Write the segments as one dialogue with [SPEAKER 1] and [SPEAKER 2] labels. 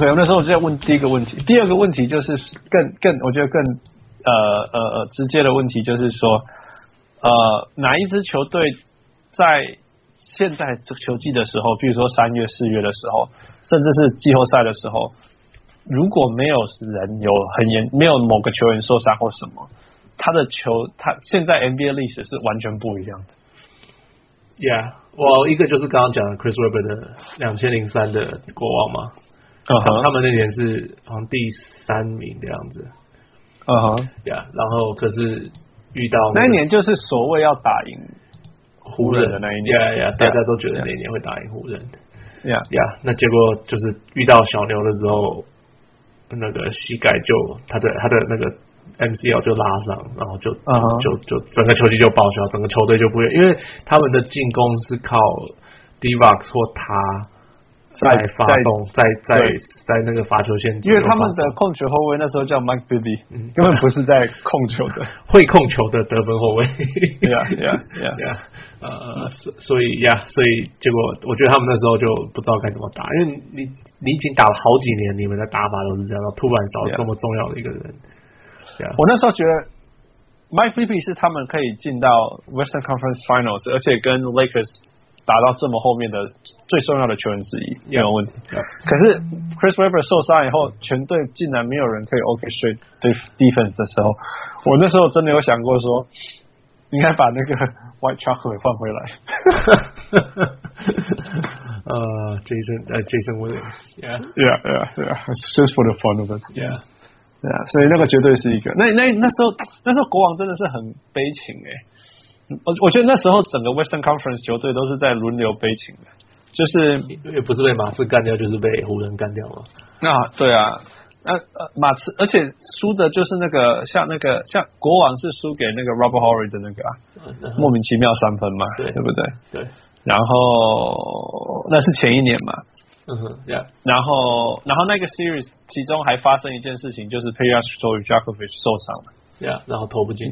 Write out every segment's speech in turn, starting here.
[SPEAKER 1] 对，那时候我就在问第一个问题，第二个问题就是更更，我觉得更呃呃呃直接的问题就是说，呃，哪一支球队在现在这球季的时候，比如说三月、四月的时候，甚至是季后赛的时候，如果没有人有很严，没有某个球员受伤或什么，他的球，他现在 NBA 历史是完全不一样的。
[SPEAKER 2] Yeah，我一个就是刚刚讲的 Chris Webber 的两千零三的国王嘛，
[SPEAKER 1] 嗯
[SPEAKER 2] 他他们那年是好像第三名的样子
[SPEAKER 1] 嗯哼，
[SPEAKER 2] ，Yeah，然后可是遇到
[SPEAKER 1] 那一
[SPEAKER 2] 个
[SPEAKER 1] 年就是所谓要打赢
[SPEAKER 2] 湖
[SPEAKER 1] 湖人
[SPEAKER 2] 人
[SPEAKER 1] 的那一年
[SPEAKER 2] Yeah Yeah，大家
[SPEAKER 1] Yeah，
[SPEAKER 2] 都觉得那一年会打赢湖人
[SPEAKER 1] 呀。
[SPEAKER 2] ，Yeah，那结果就是遇到小牛的时候，那个膝盖就他的他的那个 MCL 就拉伤，然后就
[SPEAKER 1] 嗯哼
[SPEAKER 2] 就就就整个球季就报销，整个球队就不会，因为他们的进攻是靠 Divox 或他。
[SPEAKER 1] 在
[SPEAKER 2] 在发
[SPEAKER 1] 在
[SPEAKER 2] 动，在在
[SPEAKER 1] 对
[SPEAKER 2] 在那个罚球线左
[SPEAKER 1] 因
[SPEAKER 2] 右
[SPEAKER 1] 为
[SPEAKER 2] 发动，
[SPEAKER 1] 他们的控球后卫那时候叫 Mike Bibby，、根本不是在控球 的。
[SPEAKER 2] 会控球的得分 后卫。
[SPEAKER 1] Yeah, yeah, yeah.
[SPEAKER 2] 呀，呃，所所以呀所以结果我觉得他们那时候就不知道该怎么打，因为你你已经打了好几年，你们的打法都是这样，然后突然少了
[SPEAKER 1] Yeah.
[SPEAKER 2] 这么重要的一个人。对啊，
[SPEAKER 1] 我那时候觉得 Mike Bibby 是他们可以进到 Western Conference Finals，而且跟 Lakers 打到这么后面的最重要的球员之一，没有问题。
[SPEAKER 2] Yeah.
[SPEAKER 1] 可是 Chris Webber 受伤以后，全队竟然没有人可以 OK 睡对 defense 的时候，我那时候真的有想过说，应该把那个 White Chocolate 换回来。
[SPEAKER 2] 呃，Jason，呃，Jason Williams，yeah，yeah，
[SPEAKER 1] Yeah, yeah, yeah. It's just for the fun of it. 对啊，所以那个绝对是一个。那那那时候那时候国王真的是很悲情哎、我我觉得那时候整个 Western Conference 球队都是在轮流悲情的，就是
[SPEAKER 2] 也不是被马刺干掉，就是被湖人干掉嘛。
[SPEAKER 1] 啊，对啊，那、呃、马刺，而且输的就是那个像那个像国王是输给那个 Robert Horry 的那个、啊、
[SPEAKER 2] 然后
[SPEAKER 1] 莫名其妙三分嘛，
[SPEAKER 2] 对
[SPEAKER 1] 对不对？
[SPEAKER 2] 嗯对，
[SPEAKER 1] 然后那是前一年嘛，
[SPEAKER 2] 嗯哼，yeah，
[SPEAKER 1] 然后然后那个 series 其中还发生一件事情，就是 p e r a s t o r Djokovic 受伤了。
[SPEAKER 2] yeah，然后投不进。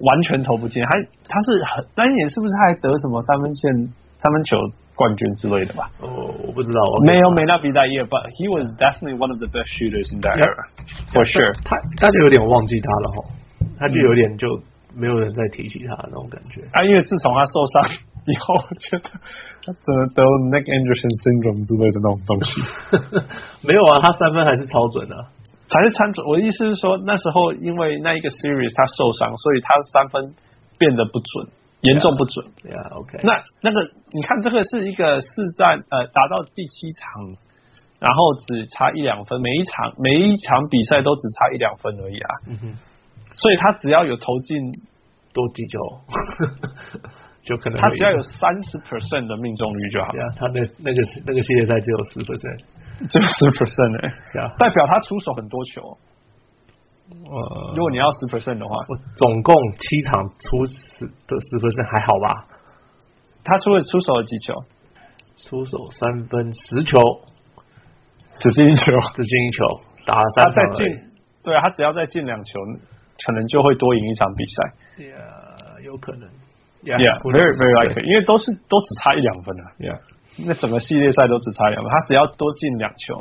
[SPEAKER 1] 完全投不进，还他是很那一年是不是还得什么三分线三分球冠军之类的吧？
[SPEAKER 2] 哦，我不知道，我
[SPEAKER 1] 没有，may not be that year，but he was definitely one of the best shooters in that
[SPEAKER 2] Yeah.
[SPEAKER 1] era for sure。
[SPEAKER 2] 他他就有点忘记他了吼，他就有点就没有人再提起他的那种感觉。
[SPEAKER 1] 啊，因为自从他受伤以后，我觉得他真的得 Nick Anderson syndrome 之类的那种东西，
[SPEAKER 2] 没有啊，他三分还是超准的、啊。
[SPEAKER 1] 才是参准。我的意思是说，那时候因为那一个 series 他受伤，所以他三分变得不准，严重不准。
[SPEAKER 2] 对啊，OK，
[SPEAKER 1] 那那个，你看这个是一个四战，呃，打到第七场，然后只差一两分，每一场每一场比赛都只差一两分而已啊。
[SPEAKER 2] 嗯哼，
[SPEAKER 1] 所以他只要有投进，
[SPEAKER 2] 多几球， 就可能
[SPEAKER 1] 他
[SPEAKER 2] 会
[SPEAKER 1] 只要有
[SPEAKER 2] 赢
[SPEAKER 1] 三十 percent 的命中率就好
[SPEAKER 2] 对
[SPEAKER 1] 了，
[SPEAKER 2] 啊，他那那个那个系列赛只有十 percent，
[SPEAKER 1] 就十 percent 哎，
[SPEAKER 2] 对啊，
[SPEAKER 1] 代表他出手很多球。
[SPEAKER 2] 呃
[SPEAKER 1] 如果你要十 percent 的话，
[SPEAKER 2] 我总共七场出十的十 percent 还好吧？
[SPEAKER 1] 他出了出手了几球？
[SPEAKER 2] 出手三分十球，
[SPEAKER 1] 只进一球。
[SPEAKER 2] 只进一球，打了三
[SPEAKER 1] 他
[SPEAKER 2] 场
[SPEAKER 1] 再
[SPEAKER 2] 而
[SPEAKER 1] 进
[SPEAKER 2] 已，
[SPEAKER 1] 对啊，他只要再进两球，可能就会多赢一场比赛。
[SPEAKER 2] Yeah，有可能 who
[SPEAKER 1] Yeah，very
[SPEAKER 2] knows？
[SPEAKER 1] very
[SPEAKER 2] 对
[SPEAKER 1] likely，因为都是都只差一两分啊。
[SPEAKER 2] Yeah，
[SPEAKER 1] 那整个系列赛都只差两分，他只要多进两球，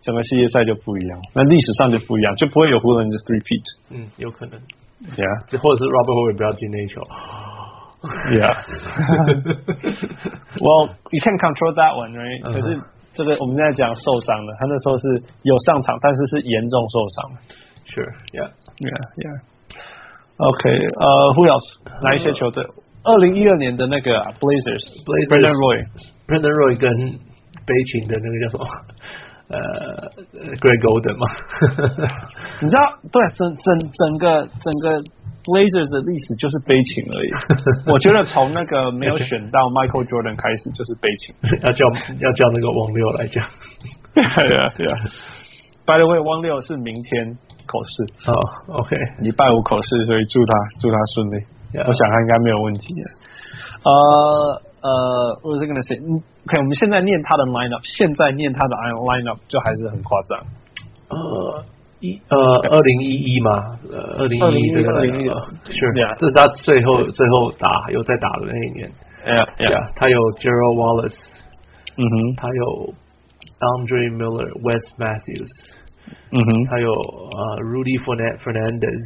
[SPEAKER 1] 整个系列赛就不一样。那历史上就不一样，就不会有湖人的 three peat。
[SPEAKER 2] 嗯，有可能，
[SPEAKER 1] Yeah,
[SPEAKER 2] 这或者是 Robert 会不会不要进 那一球？
[SPEAKER 1] yeah. well, you can control that one, right?
[SPEAKER 2] 嗯哼
[SPEAKER 1] 可是这个我们现在讲受伤了，他那时候是有上场，但是是严重受伤。
[SPEAKER 2] Sure, yeah.
[SPEAKER 1] Yeah, yeah. OK，呃、w h o else？哪一些球队？呃二零一二年的那个 Blazers，Brandon
[SPEAKER 2] Blazers
[SPEAKER 1] Roy。
[SPEAKER 2] Brandon Roy 跟悲情的那个叫什么？呃呃，Greg Golden 嘛。
[SPEAKER 1] 你知道，对整整整个整个 Blazers 的历史就是悲情 而已。我觉得从那个没有选到 Michael Jordan 开始就是悲情。
[SPEAKER 2] 要叫要叫那个王六来讲。
[SPEAKER 1] yeah, yeah. By the way，汪六是明天口试，
[SPEAKER 2] 哦，OK，
[SPEAKER 1] 礼拜五口试，所以祝他祝他顺利。
[SPEAKER 2] Yeah.
[SPEAKER 1] 我想他应该没有问题的。呃呃，我是跟他 say，嗯，OK，我们现在念他的 lineup，现在念他的 lineup 就还是很夸张。
[SPEAKER 2] 呃一呃二零一一嘛，呃二零一
[SPEAKER 1] 2011
[SPEAKER 2] 这个
[SPEAKER 1] 2011
[SPEAKER 2] 是
[SPEAKER 1] Yeah.，
[SPEAKER 2] 这是他最后最后打有在打的那一年。
[SPEAKER 1] Yeah,
[SPEAKER 2] 对啊，他有 Gerald Wallace，
[SPEAKER 1] 嗯哼，
[SPEAKER 2] 他有 Andre Miller、Wes Matthews，
[SPEAKER 1] 嗯哼，
[SPEAKER 2] 还有呃 Rudy Fernan- Fernandez、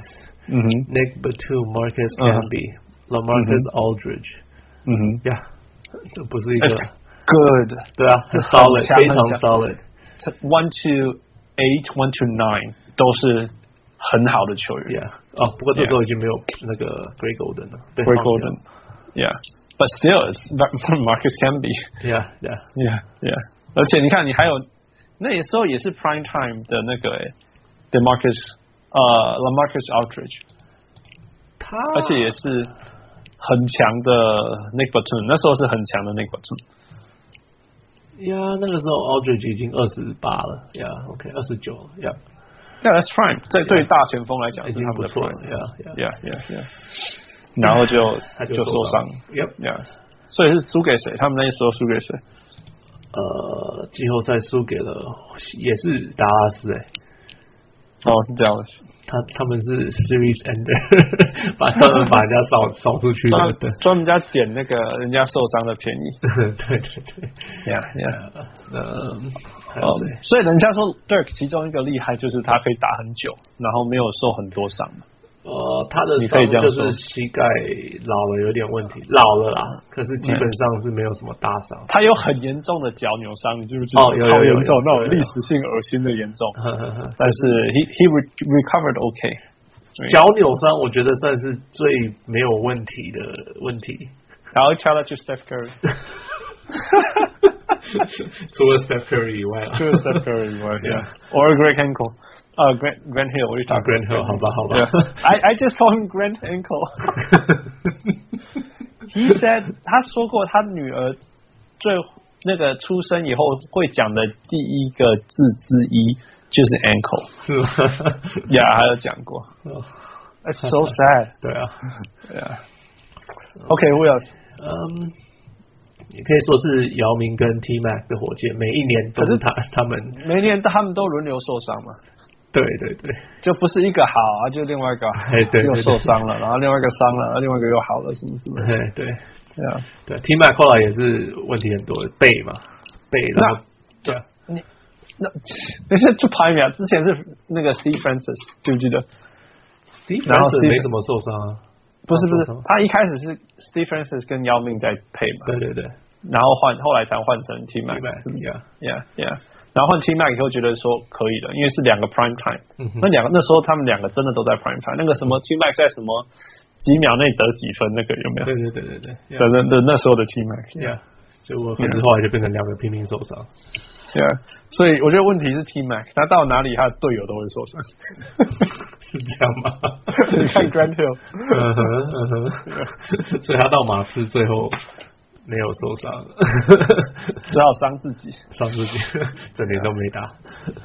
[SPEAKER 1] 嗯哼，
[SPEAKER 2] Nick Batum、Marcus
[SPEAKER 1] 嗯
[SPEAKER 2] Camby、LaMarcus Aldridge。
[SPEAKER 1] 嗯哼
[SPEAKER 2] 呀，这不是一个
[SPEAKER 1] ，It's good。
[SPEAKER 2] 对啊，很
[SPEAKER 1] 这
[SPEAKER 2] solid，
[SPEAKER 1] 很强
[SPEAKER 2] 非常
[SPEAKER 1] 很强
[SPEAKER 2] solid。
[SPEAKER 1] one to eight, one to nine 都是很好的球员。
[SPEAKER 2] Yeah，哦，不过这时候已经没有那个 Grey Golden 了
[SPEAKER 1] Ray Golden, yeah, but still it's Mar- Marcus Camby,
[SPEAKER 2] Yeah, yeah.
[SPEAKER 1] yeah, yeah. 而且你看，你还有那时候也是 prime time 的那个诶 Demarcus 呃 Lamarcus Aldridge，
[SPEAKER 2] 他
[SPEAKER 1] 而且也是很强的 Nick Batum，那时候是很强的 Nick Batum。
[SPEAKER 2] 呀，那个时候 Aldridge 已经二十八了，Yeah，OK，二十九了，Yeah，
[SPEAKER 1] Yeah, that's prime，这对大前锋来讲
[SPEAKER 2] 已
[SPEAKER 1] 是
[SPEAKER 2] 经
[SPEAKER 1] 他们
[SPEAKER 2] 不
[SPEAKER 1] 的
[SPEAKER 2] 错了
[SPEAKER 1] prime。
[SPEAKER 2] ，Yeah，Yeah，
[SPEAKER 1] Yeah, yeah, yeah. 然后就
[SPEAKER 2] 他
[SPEAKER 1] 就
[SPEAKER 2] 受
[SPEAKER 1] 受伤
[SPEAKER 2] 伤，Yep，
[SPEAKER 1] ，Yes。所以是输给谁？他们那时候输给谁？
[SPEAKER 2] 呃，季后赛输给了也是达拉斯哎。
[SPEAKER 1] 哦，是这样的。
[SPEAKER 2] 他他们是 series ender，把 他们把人家扫扫出去了， 对
[SPEAKER 1] 专专门家捡那个人家受伤的便宜。
[SPEAKER 2] 对对对，
[SPEAKER 1] Yeah, yeah.
[SPEAKER 2] 呃，还
[SPEAKER 1] 哦
[SPEAKER 2] 有谁？
[SPEAKER 1] 所以人家说 Dirk 其中一个厉害就是他可以打很久，然后没有受很多伤。
[SPEAKER 2] 呃，他的
[SPEAKER 1] 你
[SPEAKER 2] 伤
[SPEAKER 1] 可以这样
[SPEAKER 2] 就
[SPEAKER 1] 说
[SPEAKER 2] 是膝盖老了有点问题，老了啦，可是基本上是没有什么大伤。
[SPEAKER 1] 他有很严重的脚扭伤，你知不知道？
[SPEAKER 2] 哦有有
[SPEAKER 1] 超
[SPEAKER 2] 有有
[SPEAKER 1] 严重，那
[SPEAKER 2] 有
[SPEAKER 1] 种
[SPEAKER 2] 有
[SPEAKER 1] 历史性恶心的严 重。
[SPEAKER 2] 呵呵呵
[SPEAKER 1] 但是 he he re- recovered OK。
[SPEAKER 2] 脚扭伤，我觉得算是最没有问题的问题，
[SPEAKER 1] 然后 challenge Steph Curry，
[SPEAKER 2] 除了 Steph Curry 以外啊，
[SPEAKER 1] 就是 Steph Curry 以外，or Greg Ankle，呃 Grant Grant Hill，我去 打
[SPEAKER 2] 啊 Grant Hill，好吧好吧
[SPEAKER 1] Yeah.，I I just call him Grant Ankle。He said，他说过他女儿最那个出生以后会讲的第一个字之一就是 ankle。
[SPEAKER 2] 是吗？
[SPEAKER 1] Yeah，他有讲过。That's so sad.
[SPEAKER 2] 对啊，
[SPEAKER 1] Yeah. Okay, who else?
[SPEAKER 2] 嗯。也可以说是姚明跟 T Mac 的火箭，每一年都是他他们，
[SPEAKER 1] 每年他们都轮流受伤嘛，
[SPEAKER 2] 对对对，
[SPEAKER 1] 就不是一个好啊，就另外一个
[SPEAKER 2] 哎对对
[SPEAKER 1] 又
[SPEAKER 2] 对
[SPEAKER 1] 受伤了，然后另外一个伤了，然后另外一个又好了，什么什么的。
[SPEAKER 2] 对对
[SPEAKER 1] Yeah.
[SPEAKER 2] 对，T Mac 后来也是问题很多，背嘛背，然后对啊，
[SPEAKER 1] 那 那些就排名啊，之前是那个 Steve Francis，记不记得？
[SPEAKER 2] Steve
[SPEAKER 1] 然后
[SPEAKER 2] Nash
[SPEAKER 1] Steve-
[SPEAKER 2] 没什么受伤啊，
[SPEAKER 1] 不是不
[SPEAKER 2] 受伤
[SPEAKER 1] 是，他一开始是 Steve Francis 跟姚明在配嘛，
[SPEAKER 2] 对对对，
[SPEAKER 1] 然后换后来才换成 T Mac，
[SPEAKER 2] 明白，对啊，
[SPEAKER 1] Yeah, yeah. 然后换 T Mac 以后觉得说可以了，因为是两个 prime time，、
[SPEAKER 2] 嗯哼
[SPEAKER 1] 那两个那时候他们两个真的都在 prime time，那个什么 T Mac 在什么几秒内得几分那个有没有
[SPEAKER 2] 对？对对对对
[SPEAKER 1] 的那的那时候的 T Mac，yeah,
[SPEAKER 2] ，Yeah，结果反正后来就变成两个拼命受伤，
[SPEAKER 1] yeah. 所以我觉得问题是 T Mac，他到哪里他的队友都会受伤。
[SPEAKER 2] 是这样吗？
[SPEAKER 1] 你 看 Grant Hill，
[SPEAKER 2] 嗯哼 嗯哼，所以他到马刺最后没有受 伤，
[SPEAKER 1] 只好伤自己。
[SPEAKER 2] 上次整年都没打。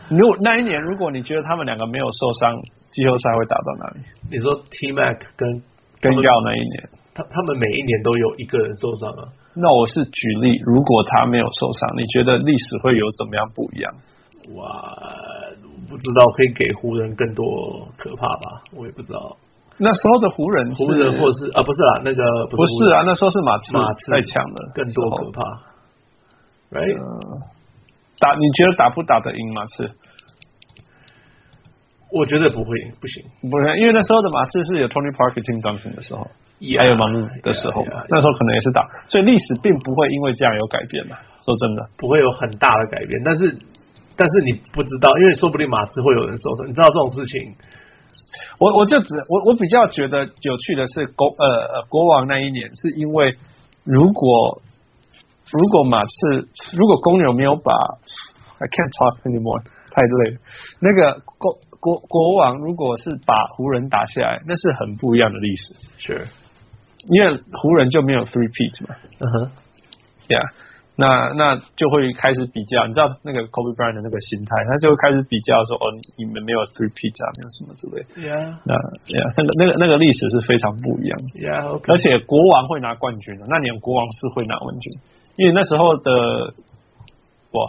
[SPEAKER 1] 如果那一年如果你觉得他们两个没有受伤，季后赛会打到哪里？
[SPEAKER 2] 你说 T Mac 跟
[SPEAKER 1] 跟
[SPEAKER 2] 他们
[SPEAKER 1] 要那一年。
[SPEAKER 2] 他他们每一年都有一个人受伤啊，
[SPEAKER 1] 那我是举例，如果他没有受伤，你觉得历史会有怎么样不一样？
[SPEAKER 2] 哇，不知道可以给湖人更多可怕吧？我也不知道，
[SPEAKER 1] 那时候的湖人是，
[SPEAKER 2] 湖人或是啊不是啦，那个
[SPEAKER 1] 不
[SPEAKER 2] 不是湖
[SPEAKER 1] 是
[SPEAKER 2] 人
[SPEAKER 1] 啊？那时候是马刺
[SPEAKER 2] 马刺
[SPEAKER 1] 在抢的，呃
[SPEAKER 2] 更多可怕，right？
[SPEAKER 1] 嗯打你觉得打不打得赢马刺？
[SPEAKER 2] 我觉得不会，不行。
[SPEAKER 1] 不是，因为那时候的马刺是有 Tony Parker、Tim Duncan 的时候，还有盲目的时候
[SPEAKER 2] Yeah, yeah, yeah.
[SPEAKER 1] 那时候可能也是打，所以历史并不会因为这样有改变嘛。啊说真的，
[SPEAKER 2] 不会有很大的改变，但是但是你不知道，因为说不定马刺会有人受伤，你知道这种事情，
[SPEAKER 1] 我我就只我我比较觉得有趣的是国呃呃国王那一年，是因为如果如果马刺如果公牛没有把 I can't talk anymore 太累了，那个国国国王如果是把湖人打下来，那是很不一样的历史，
[SPEAKER 2] 是，
[SPEAKER 1] 因为湖人就没有 three peat 嘛
[SPEAKER 2] 嗯哼，
[SPEAKER 1] ，Yeah。那那就会开始比较，你知道那个 Kobe Bryant 的那个心态，他就会开始比较说，哦，你们没有 three peat 啊，没有什么之类的。
[SPEAKER 2] 呀
[SPEAKER 1] 那哎呀，那个那个那个历史是非常不一样的，
[SPEAKER 2] 呀，OK，
[SPEAKER 1] 而且国王会拿冠军的，啊那年国王是会拿冠军，因为那时候的我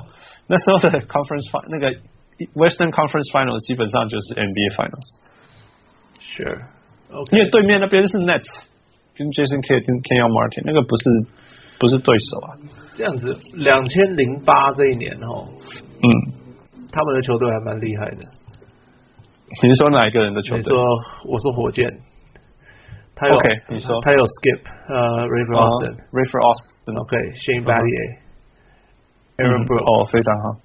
[SPEAKER 1] 那时候的 conference fin 那个 Western Conference Finals 基本上就是 NBA Finals，
[SPEAKER 2] 是，OK，
[SPEAKER 1] 因为对面那边是 Nets 跟 Jason K 跟 Kenyon Martin 那个不是不是对手啊，
[SPEAKER 2] 这样子，两千零八这一年哦，
[SPEAKER 1] 嗯，
[SPEAKER 2] 他们的球队还蛮厉害的。
[SPEAKER 1] 你是说哪一个人的球
[SPEAKER 2] 你
[SPEAKER 1] 队
[SPEAKER 2] 说，我说火箭，他有
[SPEAKER 1] OK，你说
[SPEAKER 2] 他有 Skip，呃，River
[SPEAKER 1] 哦
[SPEAKER 2] Austin，
[SPEAKER 1] ？Rafer Austin 哦
[SPEAKER 2] OK，Shane b a t t i e Aaron
[SPEAKER 1] 嗯
[SPEAKER 2] Brooks，
[SPEAKER 1] 哦，非常好。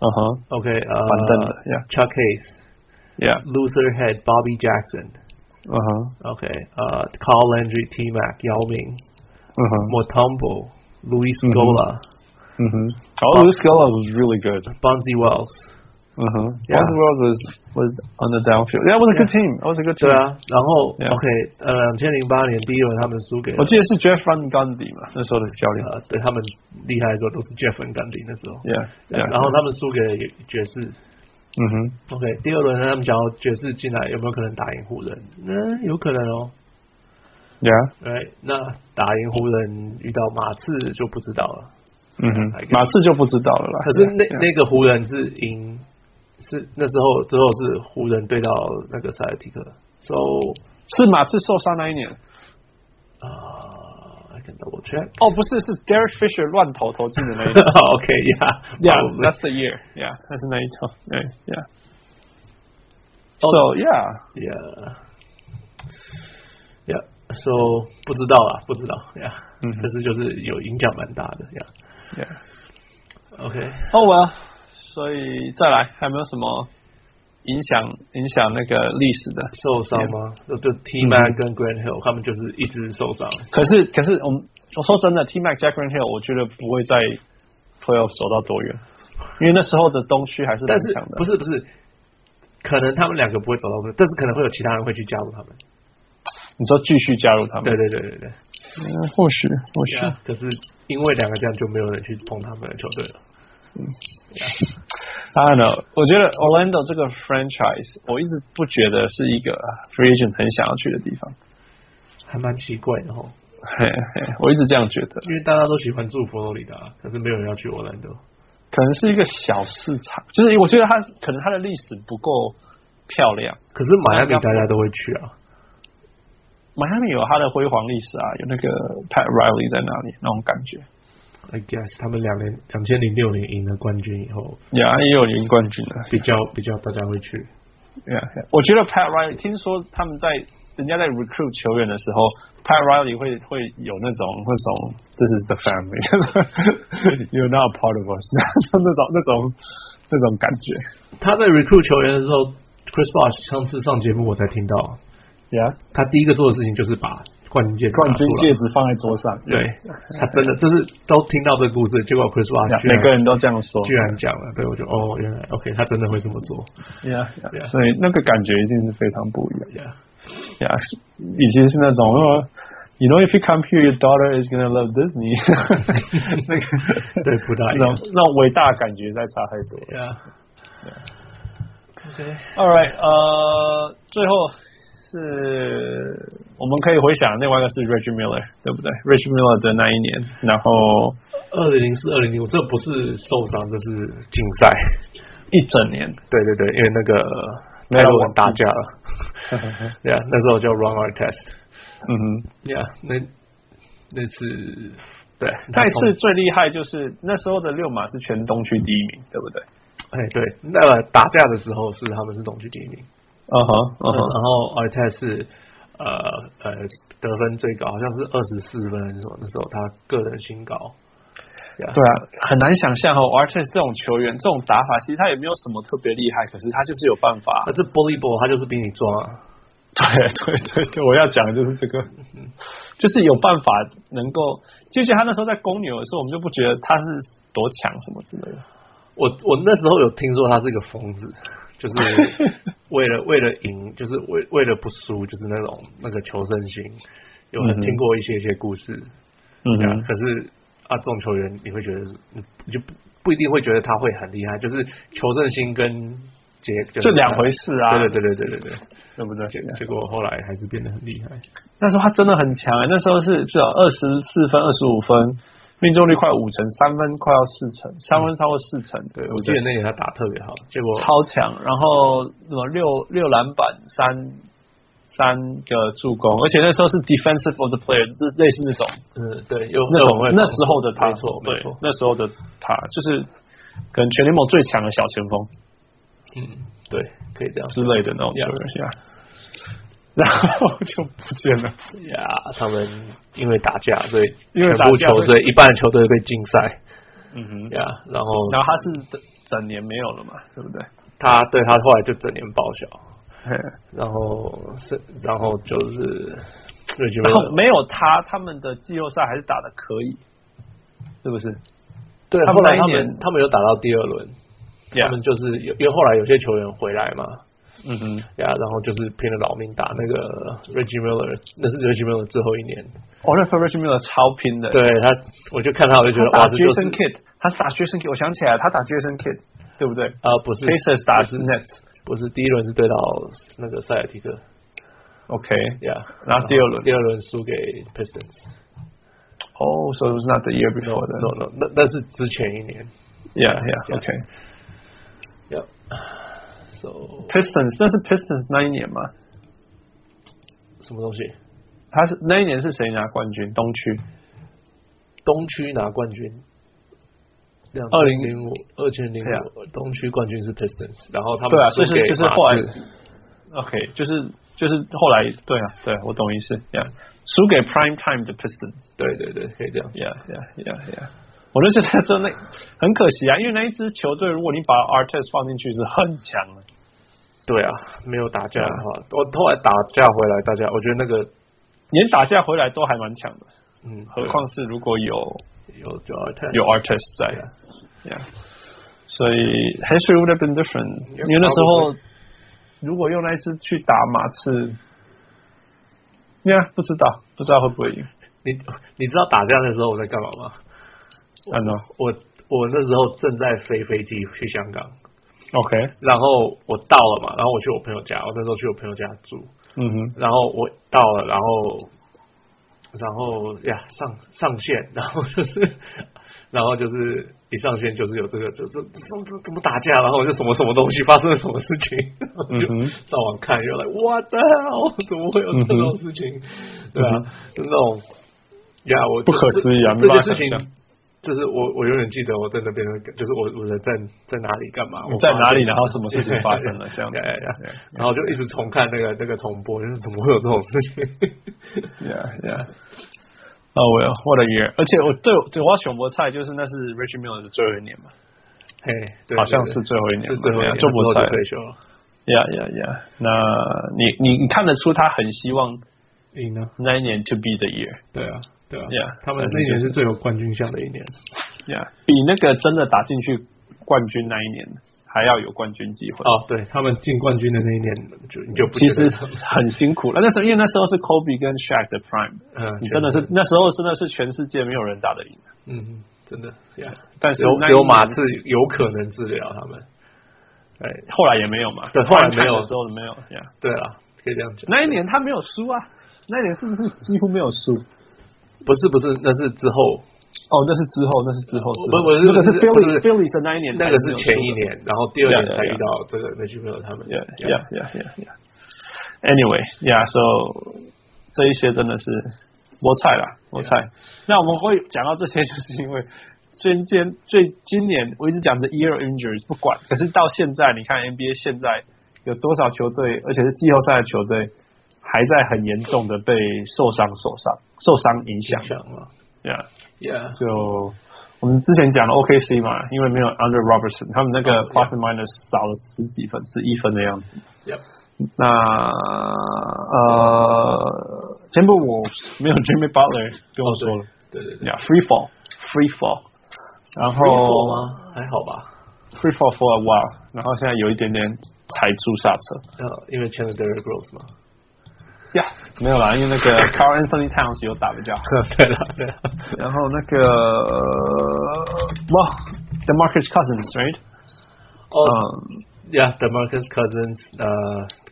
[SPEAKER 1] 嗯哼
[SPEAKER 2] OK，呃
[SPEAKER 1] 板凳的，yeah
[SPEAKER 2] ，Chuck Hayes，Luther
[SPEAKER 1] ，Yeah，
[SPEAKER 2] Head，Bobby Jackson，OK，
[SPEAKER 1] 嗯哼，
[SPEAKER 2] 呃，Carl Landry，T Mac，姚明
[SPEAKER 1] 嗯哼，
[SPEAKER 2] ，Motombo，Luis
[SPEAKER 1] 嗯哼嗯
[SPEAKER 2] Scola，Bonzi
[SPEAKER 1] 哼。Oh, Luke Scola was really good.
[SPEAKER 2] Wells，
[SPEAKER 1] 嗯哼
[SPEAKER 2] Yeah.
[SPEAKER 1] Once World was was on the downfield. That was a good
[SPEAKER 2] Yeah.
[SPEAKER 1] team. That was a good
[SPEAKER 2] 对
[SPEAKER 1] team.
[SPEAKER 2] 啊，然后
[SPEAKER 1] Yeah.
[SPEAKER 2] OK，呃，两千零八年第一轮他们输给了
[SPEAKER 1] 我记得是 Jeff Van Gundy 嘛，那时候的教练。
[SPEAKER 2] 呃，对他们厉害的时候都是 Jeff 跟 Gundy 那时候
[SPEAKER 1] Yeah, yeah.
[SPEAKER 2] 然后他们输给了爵士，
[SPEAKER 1] 嗯哼，
[SPEAKER 2] OK，第二轮呢他们想要爵士进来，有没有可能打赢湖人？嗯，有可能哦。
[SPEAKER 1] Yeah，
[SPEAKER 2] 哎，那打赢湖人遇到马刺就不知道了。
[SPEAKER 1] 嗯哼
[SPEAKER 2] I，guess.
[SPEAKER 1] 马刺就不知道了啦。
[SPEAKER 2] 可是那
[SPEAKER 1] Yeah,
[SPEAKER 2] 那个湖人是赢，是那时候之后是湖人对到那个塞尔提克，so
[SPEAKER 1] yeah. 是马刺受伤那一年。
[SPEAKER 2] 啊、i can double check
[SPEAKER 1] 哦，不是，是 Derek Fisher 乱投投进的那一年。
[SPEAKER 2] OK yeah
[SPEAKER 1] Yeah,
[SPEAKER 2] probably.
[SPEAKER 1] that's the year. Yeah，那是那一场。对，Yeah.
[SPEAKER 2] Oh.
[SPEAKER 1] So yeah,
[SPEAKER 2] yeah yeah so 不知道啊，不知道 yeah，、
[SPEAKER 1] 嗯
[SPEAKER 2] 可是就是有影响蛮大的 yeah
[SPEAKER 1] yeah.
[SPEAKER 2] OK。
[SPEAKER 1] Oh well，所以再来还有没有什么影响影响那个历史的？
[SPEAKER 2] 受伤吗？就就 T Man 跟 Grant Hill 他们就是一直受伤。
[SPEAKER 1] 嗯可是可是我们我说真的，T Mac Jack Green Hill 我觉得不会在 playoff 走到多远，因为那时候的东区还是
[SPEAKER 2] 但
[SPEAKER 1] 蛮
[SPEAKER 2] 是
[SPEAKER 1] 强的。
[SPEAKER 2] 不是不是，可能他们两个不会走到分，但是可能会有其他人会去加入他们。
[SPEAKER 1] 你说继续加入他们？
[SPEAKER 2] 对对对对对。
[SPEAKER 1] 嗯，或许或许。
[SPEAKER 2] 可是因为两个这样就没有人去碰他们的球队了。
[SPEAKER 1] I don't know，我觉得 Orlando 这个 franchise 我一直不觉得是一个啊 free agent 很想要去的地方，
[SPEAKER 2] 还蛮奇怪的哦哈，
[SPEAKER 1] 嘿嘿，我一直这样觉得，
[SPEAKER 2] 因为大家都喜欢住佛罗里达，可是没有人要去奥兰多。
[SPEAKER 1] 可能是一个小市场，就是我觉得它可能它的历史不够漂亮。
[SPEAKER 2] 可是马来米大家都会去啊，
[SPEAKER 1] 迈阿密有它的辉煌历史啊，有那个 Pat Riley 在那里那种感觉，
[SPEAKER 2] I guess 他们两年两千零六年赢了冠军以后，
[SPEAKER 1] 呀、也有赢冠军啊，
[SPEAKER 2] 比较比较大家会去。
[SPEAKER 1] Yeah, yeah. 我觉得 Pat Riley 听说他们在人家在 recruit 球员的时候，Pat Riley 会会有那种那种 This is the family，就是 You're not part of us，就 那种那种那种感觉。
[SPEAKER 2] 他在 recruit 球员的时候，Chris Bosh 上次上节目我才听到，啊
[SPEAKER 1] Yeah，
[SPEAKER 2] 他第一个做的事情就是把冠军戒指拿
[SPEAKER 1] 冠
[SPEAKER 2] 出
[SPEAKER 1] 军
[SPEAKER 2] 来。
[SPEAKER 1] 戒指放在桌上，
[SPEAKER 2] 对，他真的就是都听到这个故事，结果 Chris Bosh 居然
[SPEAKER 1] 每个人都这样说。
[SPEAKER 2] 居然讲了，对我就哦，原来 OK，他真的会这么做。
[SPEAKER 1] Yeah, yeah.
[SPEAKER 2] Yeah.
[SPEAKER 1] 所以那个感觉一定是非常不一样。
[SPEAKER 2] Yeah，
[SPEAKER 1] Yeah，是以及是那种呃 You know, if you come here, your daughter is gonna love Disney 。 那个
[SPEAKER 2] 对不大一
[SPEAKER 1] 那
[SPEAKER 2] 样
[SPEAKER 1] 种那种伟大的感觉在差太多了。
[SPEAKER 2] Yeah。OK，
[SPEAKER 1] All right，呃，最后是我们可以回想另外一个是 Reggie Miller，对不对？Reggie Miller 的那一年，然后
[SPEAKER 2] 二零零四、二零零五，这不是受伤，这是竞赛。
[SPEAKER 1] 一整 年，
[SPEAKER 2] 对对对，因为那个
[SPEAKER 1] 没有
[SPEAKER 2] 泰勒
[SPEAKER 1] 我
[SPEAKER 2] 文打架了。Yeah，那时候叫 Run Our Test。
[SPEAKER 1] 嗯哼，
[SPEAKER 2] Yeah，那那次对，
[SPEAKER 1] 那一次最厉害就是那时候的六马是全东区第一名，对不对？
[SPEAKER 2] 哎，对，那个打架的时候是他们是东区第一名，
[SPEAKER 1] 嗯哼，嗯哼，
[SPEAKER 2] 然后 a r t e 是呃呃得分最高，好像是二十四分还是什么，那时候他个人新高。
[SPEAKER 1] 对啊，很难想象哦 a r t e s 这种球员这种打法，其实他也没有什么特别厉害，可是他就是有办法
[SPEAKER 2] 啊，。这 bully ball 他就是比你壮啊，
[SPEAKER 1] 对对对对，我要讲的就是这个，就是有办法能够，就像他那时候在公牛的时候，我们就不觉得他是多强什么之类的。
[SPEAKER 2] 我我那时候有听说他是一个疯子，就是 为了为了赢，就是为为了不输，就是那种那个求胜心。有
[SPEAKER 1] 嗯哼
[SPEAKER 2] 听过一些一些故事，
[SPEAKER 1] 嗯
[SPEAKER 2] 对啊，可是啊，这种球员你会觉得是，你你就不不一定会觉得他会很厉害，就是求胜心跟结
[SPEAKER 1] 这两回事啊
[SPEAKER 2] 对对对对对对对，
[SPEAKER 1] 对不对？
[SPEAKER 2] 结结果后来还是变得很厉害。
[SPEAKER 1] 那时候他真的很强、欸那时候是至少二十四分、二十五分，命中率快五成，三分快要四成，三分超过四成，对
[SPEAKER 2] 嗯我
[SPEAKER 1] 不
[SPEAKER 2] 记得
[SPEAKER 1] 对？
[SPEAKER 2] 那年他打得特别好，结果
[SPEAKER 1] 超强，然后什么六六篮板、三三个助攻，而且那时候是 defensive of the player，就是类似那种
[SPEAKER 2] 嗯，对，有
[SPEAKER 1] 那种
[SPEAKER 2] 有
[SPEAKER 1] 那时候的他，
[SPEAKER 2] 没错，没
[SPEAKER 1] 对
[SPEAKER 2] 错，，
[SPEAKER 1] 那时候的他就是可能全联盟最强的小前锋
[SPEAKER 2] 嗯，对，可以这样
[SPEAKER 1] 之
[SPEAKER 2] 说。
[SPEAKER 1] 类的那种球
[SPEAKER 2] Yeah
[SPEAKER 1] 员，yeah 然后就不见了。
[SPEAKER 2] 呀，他们因为打架，所以
[SPEAKER 1] 因为
[SPEAKER 2] 全
[SPEAKER 1] 打
[SPEAKER 2] 部
[SPEAKER 1] 架
[SPEAKER 2] 球
[SPEAKER 1] 会
[SPEAKER 2] 队一半的球队被禁赛
[SPEAKER 1] 嗯哼，
[SPEAKER 2] 呀。然后
[SPEAKER 1] 然后他是整年没有了嘛，对不对？
[SPEAKER 2] 他对他后来就整年报销，
[SPEAKER 1] 嘿
[SPEAKER 2] 然后是然后就是瑞吉
[SPEAKER 1] 然后
[SPEAKER 2] 梅
[SPEAKER 1] 没有他，他们的季后赛还是打的可以，是不是
[SPEAKER 2] 对，
[SPEAKER 1] 他
[SPEAKER 2] 后
[SPEAKER 1] 们那
[SPEAKER 2] 来
[SPEAKER 1] 一
[SPEAKER 2] 他们
[SPEAKER 1] 年
[SPEAKER 2] 他们有打到第二轮，他们就是有因为后来有些球员回来嘛。
[SPEAKER 1] 嗯哼，
[SPEAKER 2] 呀，然后就是拼了老命打那个 Reggie Miller，那是 Reggie Miller 最后一年，
[SPEAKER 1] 哦，那时候 Reggie Miller 超拼的，
[SPEAKER 2] 对他，我就看他我就觉
[SPEAKER 1] 他打
[SPEAKER 2] 得哇，这就是
[SPEAKER 1] Jason Kidd，他是打 Jason Kidd，我想起来了，他打 Jason Kidd，对不对
[SPEAKER 2] 啊，不是
[SPEAKER 1] ？Pacers 打 Nets，OK，
[SPEAKER 2] 不是第一轮是对到那个塞尔提克，呀、
[SPEAKER 1] 然后第二轮
[SPEAKER 2] 第二轮输给 Pistons。
[SPEAKER 1] 哦，so it was not the year before
[SPEAKER 2] No
[SPEAKER 1] that，yeah
[SPEAKER 2] no，那那是之前一年。Yeah.
[SPEAKER 1] yeah，OK。
[SPEAKER 2] Yep. So
[SPEAKER 1] Pistons，那是 Pistons 那一年嘛？
[SPEAKER 2] 什么东西？
[SPEAKER 1] 他是那一年是谁拿冠军？东区
[SPEAKER 2] 东区拿冠军。两
[SPEAKER 1] 20
[SPEAKER 2] 零五，二千零五，
[SPEAKER 1] 对
[SPEAKER 2] 东区冠军是 Pistons，然后他
[SPEAKER 1] 对
[SPEAKER 2] 们
[SPEAKER 1] 啊，
[SPEAKER 2] 输
[SPEAKER 1] 就是
[SPEAKER 2] 给
[SPEAKER 1] 就是
[SPEAKER 2] 马
[SPEAKER 1] 后来
[SPEAKER 2] 刺
[SPEAKER 1] ，OK，就是就是后来，对啊，对啊，我懂意思，yeah，输给 Prime Time 的 Pistons。
[SPEAKER 2] 对对对，可以这样。
[SPEAKER 1] Yeah, yeah, yeah, yeah. 我就觉得说那很可惜啊，因为那一支球队，如果你把 Artes 放进去是很强的。
[SPEAKER 2] 对啊，没有打架的话，我后来打架回来，大家我觉得那个，
[SPEAKER 1] 连打架回来都还蛮强的，
[SPEAKER 2] 嗯，
[SPEAKER 1] 何况是如果有
[SPEAKER 2] 对有有 Arteta
[SPEAKER 1] 有 Artes 在
[SPEAKER 2] Yeah.
[SPEAKER 1] ，Yeah，所以 history would have been different，
[SPEAKER 2] Yeah,
[SPEAKER 1] 因为那时候如果用那一支去打马刺，Yeah，不知道不知道会不会赢
[SPEAKER 2] 你你知道打架的时候我在干嘛吗？
[SPEAKER 1] ，I don't
[SPEAKER 2] 我我那时候正在飞飞机去香港，
[SPEAKER 1] know，OK，
[SPEAKER 2] 然后我到了嘛，然后我去我朋友家，我那时候去我朋友家住，
[SPEAKER 1] 嗯哼，
[SPEAKER 2] 然后我到了，然后然后呀上上线，然后就是然后就是一上线就是有这个，就是怎么怎么打架，然后我就什么什么东西发生了什么事情，我就
[SPEAKER 1] 嗯哼
[SPEAKER 2] 上网看，原来我的 hell，怎么会有这种事情？对啊
[SPEAKER 1] 嗯，
[SPEAKER 2] 就那种呀，我
[SPEAKER 1] 不可思议啊
[SPEAKER 2] 这
[SPEAKER 1] 没
[SPEAKER 2] 这
[SPEAKER 1] 办法
[SPEAKER 2] 件事情
[SPEAKER 1] 想象。
[SPEAKER 2] 就是我，我永远记得我在那边的，就是我我人在在哪里干嘛？我
[SPEAKER 1] 你在哪里
[SPEAKER 2] 发现
[SPEAKER 1] 然后什么事情发生了这 样子
[SPEAKER 2] Yeah, yeah, yeah.
[SPEAKER 1] 对
[SPEAKER 2] 哎然后就一直重看那个那个重播，就是怎么会有这种事 情？
[SPEAKER 1] Yeah, yeah. Oh well, what a year！而且我对对我要选博菜，就是那是 Richie Miller 的最后一年嘛，
[SPEAKER 2] 嘿， 对
[SPEAKER 1] 好像
[SPEAKER 2] 对
[SPEAKER 1] 是最后一年
[SPEAKER 2] 是
[SPEAKER 1] 嘛
[SPEAKER 2] 最后一
[SPEAKER 1] 对啊
[SPEAKER 2] 年，
[SPEAKER 1] 就
[SPEAKER 2] 之后
[SPEAKER 1] 不在
[SPEAKER 2] 就退休了。
[SPEAKER 1] Yeah, yeah, yeah. 那你你你看得出他很希望
[SPEAKER 2] 你呢？
[SPEAKER 1] 那一年 to be the year，
[SPEAKER 2] 对啊，对啊
[SPEAKER 1] Yeah，
[SPEAKER 2] 他们
[SPEAKER 1] 反正
[SPEAKER 2] 那一年
[SPEAKER 1] 就是
[SPEAKER 2] 是最有冠军相的一年。
[SPEAKER 1] yeah，比那个真的打进去冠军那一年还要有冠军机会。
[SPEAKER 2] 哦，对他们进冠军的那一年，就你就不
[SPEAKER 1] 其
[SPEAKER 2] 觉
[SPEAKER 1] 实
[SPEAKER 2] 得
[SPEAKER 1] 很辛苦了，那时候因为那时候是 Kobe 跟 Shaq 的 Prime，
[SPEAKER 2] 嗯
[SPEAKER 1] 你真的是那时候真的是全世界没有人打得赢，
[SPEAKER 2] 嗯，真的呀，
[SPEAKER 1] 但是
[SPEAKER 2] 只有
[SPEAKER 1] 那一
[SPEAKER 2] 只有马
[SPEAKER 1] 年
[SPEAKER 2] 刺有可能治得了他们。哎，
[SPEAKER 1] 后来也没有嘛，
[SPEAKER 2] 对后来没
[SPEAKER 1] Prime time
[SPEAKER 2] 有
[SPEAKER 1] 的时候没有，Yeah。
[SPEAKER 2] 对啊，可以这样讲。
[SPEAKER 1] 那一年他没有输啊，那一年是不是几乎没有输？
[SPEAKER 2] 不是不是，那是之后，
[SPEAKER 1] 哦，那是之后，那是之后，之后
[SPEAKER 2] 不不是
[SPEAKER 1] 那个是
[SPEAKER 2] 不是
[SPEAKER 1] Philly
[SPEAKER 2] 不是
[SPEAKER 1] Philly 的那一年，
[SPEAKER 2] 那个是前一。年，然后第二
[SPEAKER 1] Yeah,
[SPEAKER 2] 年才
[SPEAKER 1] yeah,
[SPEAKER 2] 遇到这个那句朋友他们。
[SPEAKER 1] Yeah, yeah, yeah, yeah, yeah. Anyway, yeah, so 这一些真的是我菜啦，我菜。那我们会讲到这些，就是因为最近最今年我一直讲的 year of injuries 不管，可是到现在你看 NBA 现在有多少球队，而且是季后赛的球队，还在很严重的被受伤、受伤、受伤影响
[SPEAKER 2] 想。啊想了
[SPEAKER 1] Yeah.
[SPEAKER 2] ，Yeah，
[SPEAKER 1] 就我们之前讲的 OKC 嘛，因为没有 Under Robertson，他们那个
[SPEAKER 2] 哦对
[SPEAKER 1] plus and minus 少了十几分，十一分的样子。
[SPEAKER 2] Yep
[SPEAKER 1] 那呃，前不我没有 Jimmy Butler 跟我说了，
[SPEAKER 2] 对对对。
[SPEAKER 1] 呀、f r e e fall，free fall，然后
[SPEAKER 2] Free fall 吗？还好吧，
[SPEAKER 1] free fall for a while，然后现在有一点点踩住刹车。
[SPEAKER 2] 呃，因为签了 Derrick Rose 嘛。
[SPEAKER 1] 呀、没有啦，因为那个 Carl Anthony Towns 有打比较好。
[SPEAKER 2] 对了对了，
[SPEAKER 1] 然后那个哇、t h e Marcus Cousins，right？
[SPEAKER 2] 哦
[SPEAKER 1] 嗯、
[SPEAKER 2] ，Yeah，Demarcus Cousins，呃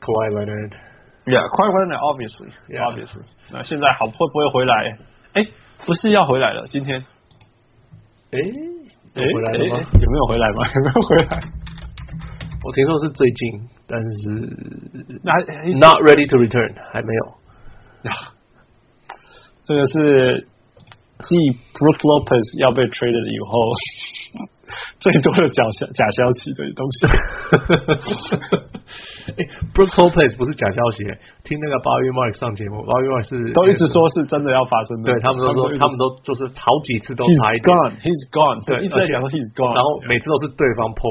[SPEAKER 2] ，Kawhi Leonard，Yeah，
[SPEAKER 1] Yeah, quite well, obviously, 嗯
[SPEAKER 2] Yeah.
[SPEAKER 1] obviously. 那现在好会不会回来？哎，不是要回来了，今天
[SPEAKER 2] 诶，
[SPEAKER 1] 哎
[SPEAKER 2] 有回来了
[SPEAKER 1] 哎
[SPEAKER 2] 吗？
[SPEAKER 1] 哎有没有回来吗？有没有回来？
[SPEAKER 2] 我听说是最近，但是
[SPEAKER 1] 那
[SPEAKER 2] not ready to return 还没有。
[SPEAKER 1] 这个是继 Brook Lopez 要被 traded 以后 最多的假消假消息的东西。
[SPEAKER 2] 哎 b r o o k Lopez 不是假消息，听那个 Bobby Mark 上节目，Bobby Mark 是
[SPEAKER 1] 都一直说是真的要发生的，
[SPEAKER 2] 对他们都说，他们
[SPEAKER 1] 都
[SPEAKER 2] 都就是好几次都
[SPEAKER 1] he's
[SPEAKER 2] 差一点，
[SPEAKER 1] gone he's gone
[SPEAKER 2] 对
[SPEAKER 1] 一直在讲说 he's gone，
[SPEAKER 2] 然后每次都是对方 破，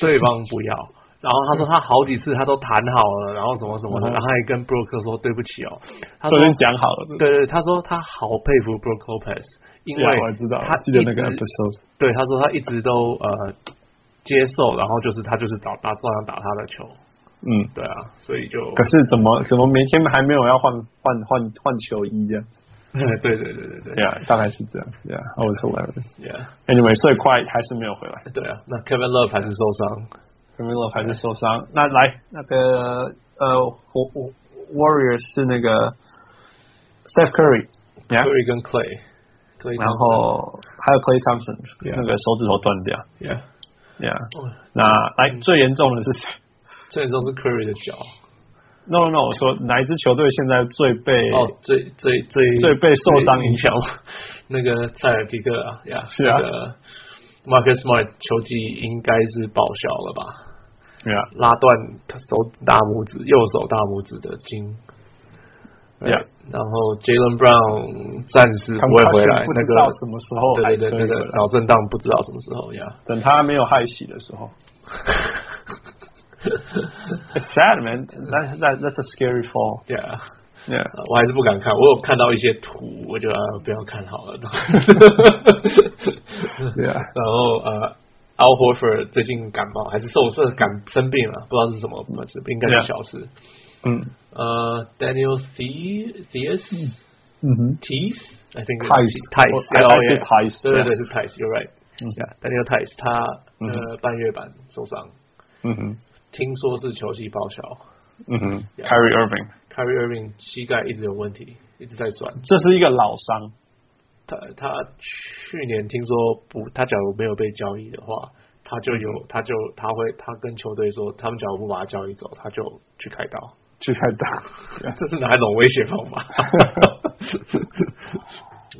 [SPEAKER 2] 对方不要。然后他说他好几次他都谈好了，然后什么什么的，
[SPEAKER 1] 嗯哼
[SPEAKER 2] 然后他还跟 Brook 说对不起哦。他
[SPEAKER 1] 昨
[SPEAKER 2] 说
[SPEAKER 1] 天讲好了，
[SPEAKER 2] 对对，他说他好佩服 Brook Lopez，因为
[SPEAKER 1] 呀我知道，
[SPEAKER 2] 他
[SPEAKER 1] 记得那个
[SPEAKER 2] 一直
[SPEAKER 1] episode，
[SPEAKER 2] 对，他说他一直都呃接受，然后就是他就是找打照样打他的球，
[SPEAKER 1] 嗯，
[SPEAKER 2] 对啊，所以就
[SPEAKER 1] 可是怎么怎么明天还没有要换换换换球衣这样
[SPEAKER 2] 对 对对对对对
[SPEAKER 1] ，Yeah，大概是这样，Yeah，I was hilarious。
[SPEAKER 2] ，Yeah，
[SPEAKER 1] Anyway，最快还是没有回来，
[SPEAKER 2] 对啊，那 Kevin Love 还是受伤，
[SPEAKER 1] c a m e l o 还是受伤。那来那个呃，火火 Warrior 是那个 Steph Curry，Yeah，
[SPEAKER 2] Curry 跟 Clay，Clay
[SPEAKER 1] 然后还有 Clay Thompson
[SPEAKER 2] Yeah
[SPEAKER 1] 那个手指头断掉
[SPEAKER 2] Yeah，
[SPEAKER 1] ，Yeah。
[SPEAKER 2] 哦
[SPEAKER 1] 那来最严重的是谁
[SPEAKER 2] 最严重是 Curry 的脚，
[SPEAKER 1] ？No No No，我说哪一支球队现在最被
[SPEAKER 2] 哦，最最最
[SPEAKER 1] 最被受伤影响？
[SPEAKER 2] 那个塞尔迪克啊，Yeah，
[SPEAKER 1] 是啊
[SPEAKER 2] 那个 Marcus Smart 球技应该是报销了吧？
[SPEAKER 1] ？Yeah
[SPEAKER 2] 拉断手大拇指，右手大拇指的筋。
[SPEAKER 1] Yeah，
[SPEAKER 2] 然后 Jalen Brown 暂时不会回来，
[SPEAKER 1] 不
[SPEAKER 2] 那
[SPEAKER 1] 知
[SPEAKER 2] 个
[SPEAKER 1] 道什么时候还
[SPEAKER 2] 对对
[SPEAKER 1] 可以
[SPEAKER 2] 对，那
[SPEAKER 1] 回
[SPEAKER 2] 个
[SPEAKER 1] 来
[SPEAKER 2] 脑震荡不知道什么时候呀。
[SPEAKER 1] 等他没有害喜的时 候。It's sad man, that that that's a scary fall.
[SPEAKER 2] Yeah，
[SPEAKER 1] Yeah.
[SPEAKER 2] 我还是不敢看，我有看到一些图，我觉得、啊不要看好了。
[SPEAKER 1] Yeah.
[SPEAKER 2] 然后呃，Al Horford 最近感冒还是受是感生病了，不知道是什么，应该是
[SPEAKER 1] Yeah
[SPEAKER 2] 小事。
[SPEAKER 1] 嗯
[SPEAKER 2] 呃，Daniel The Theus
[SPEAKER 1] 嗯哼
[SPEAKER 2] Tees I think
[SPEAKER 1] Tice
[SPEAKER 2] Tice
[SPEAKER 1] I- I say
[SPEAKER 2] yeah,
[SPEAKER 1] Tice,
[SPEAKER 2] 对对
[SPEAKER 1] yeah.
[SPEAKER 2] 对是 Tice You're right
[SPEAKER 1] 嗯
[SPEAKER 2] Yeah Daniel Tice 他呃半月板受伤，
[SPEAKER 1] 嗯哼
[SPEAKER 2] 听说是球技报销
[SPEAKER 1] 嗯哼
[SPEAKER 2] Yeah
[SPEAKER 1] ，Kyrie Irving，
[SPEAKER 2] ，Kyrie Irving 膝盖一直有问题，一直在酸。
[SPEAKER 1] 这是一个老伤。
[SPEAKER 2] 他他去年听说不，他假如没有被交易的话，他就
[SPEAKER 1] 嗯
[SPEAKER 2] 有他就他会他跟球队说，他们假如不把他交易走，他就去开刀。
[SPEAKER 1] 去太大。
[SPEAKER 2] 这是哪一种威胁方 法？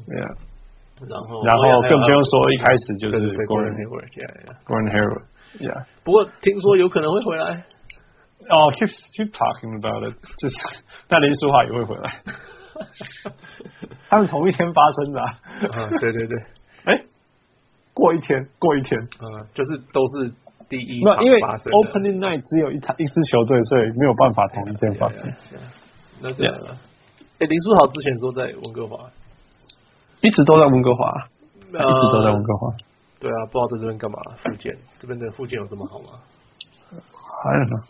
[SPEAKER 1] Yeah.
[SPEAKER 2] 然后哎
[SPEAKER 1] 然后更不用说一开
[SPEAKER 2] 始
[SPEAKER 1] 始就
[SPEAKER 2] 就是是
[SPEAKER 1] Gordon
[SPEAKER 2] Gordon Hayward yeah, yeah.
[SPEAKER 1] Gordon Hayward。Yeah.
[SPEAKER 2] 哎不过听说有可能会 回来。
[SPEAKER 1] 哦、oh,，keep keep talking about it，就是那林书豪也会回来， 他们同一天发生的、啊。
[SPEAKER 2] 啊，对对对，
[SPEAKER 1] 哎、过一天，过一天。
[SPEAKER 2] 嗯，就是都是第一场
[SPEAKER 1] 那因为
[SPEAKER 2] 发生的
[SPEAKER 1] opening night 只有一场一支球队，所以没有办法同一天发生。
[SPEAKER 2] 那个，哎，林书豪之前说在温哥华，
[SPEAKER 1] 一直都在温哥华，啊
[SPEAKER 2] 一
[SPEAKER 1] 一直都在温哥华。
[SPEAKER 2] 对啊，不知道在这边干嘛？福建这边的福建有这么好吗？
[SPEAKER 1] I don't know.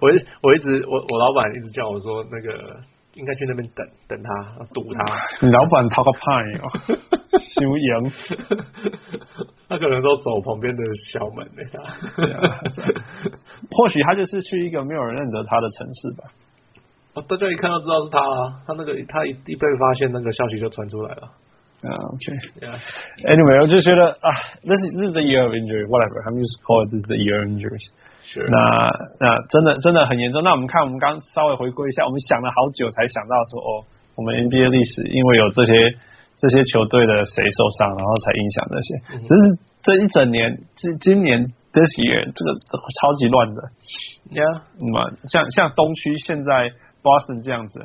[SPEAKER 2] 我一我一直我我老板一直叫我说那个应该去那边等等他堵他，
[SPEAKER 1] 你老板掏个派哦，修养。
[SPEAKER 2] 他可能都走旁边的小门欸那
[SPEAKER 1] 对
[SPEAKER 2] 他。
[SPEAKER 1] 或许他就是去一个没有人认得他的城市吧。
[SPEAKER 2] 哦，大家一看就知道是他啊，他那个他一一被发现那个消息就传出来了。
[SPEAKER 1] 啊、o k
[SPEAKER 2] Yeah.
[SPEAKER 1] Anyway，我就觉得啊，this is this is the year of injury. Whatever, I'm just call it this is the year of injuries.
[SPEAKER 2] 是
[SPEAKER 1] 那那真的真的很严重。那我们看，我们刚稍微回顾一下，我们想了好久才想到说，哦，我们 NBA 历史因为有这些这些球队的谁受伤，然后才影响这些。只是这一整年，今今年 this year 这个超级乱的，
[SPEAKER 2] Yeah，
[SPEAKER 1] 那么像像东区现在 Boston 这样子，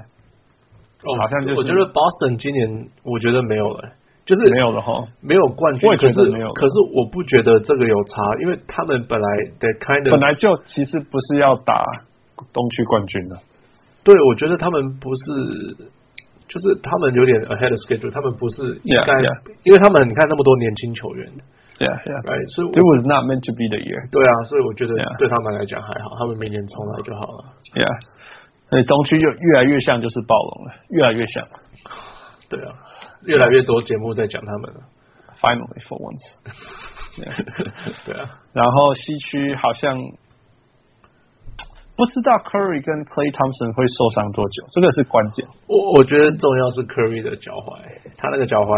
[SPEAKER 2] 哦
[SPEAKER 1] 好像就是
[SPEAKER 2] 我觉得 Boston 今年我觉得没有了，就是
[SPEAKER 1] 没有的哈。
[SPEAKER 2] 没有冠军，
[SPEAKER 1] 我也觉
[SPEAKER 2] 可
[SPEAKER 1] 得
[SPEAKER 2] 是
[SPEAKER 1] 没有了
[SPEAKER 2] 可是我不觉得这个有差，因为他们本来的 kind of
[SPEAKER 1] 本来就其实不是要打东区冠军的，
[SPEAKER 2] 对，我觉得他们不是，就是他们有点 ahead of schedule，他们不是应该
[SPEAKER 1] Yeah, yeah.
[SPEAKER 2] 因为他们你看那么多年轻球员，
[SPEAKER 1] 对啊对啊。
[SPEAKER 2] 哎，所以我
[SPEAKER 1] It was not meant to be the year.
[SPEAKER 2] 对啊，所以我觉得
[SPEAKER 1] Yeah.
[SPEAKER 2] 对他们来讲还好，他们明年重来就好了。
[SPEAKER 1] Yeah，所以东区就越来越像就是暴龙了，越来越像。
[SPEAKER 2] 对啊，越来越多节目在讲他们了。
[SPEAKER 1] Finally for once。
[SPEAKER 2] 对啊，
[SPEAKER 1] 然后西区好像不知道 Curry 跟 Clay Thompson 会受伤多久，这个是关键。
[SPEAKER 2] 我我觉得重要是 Curry 的脚踝，他那个脚踝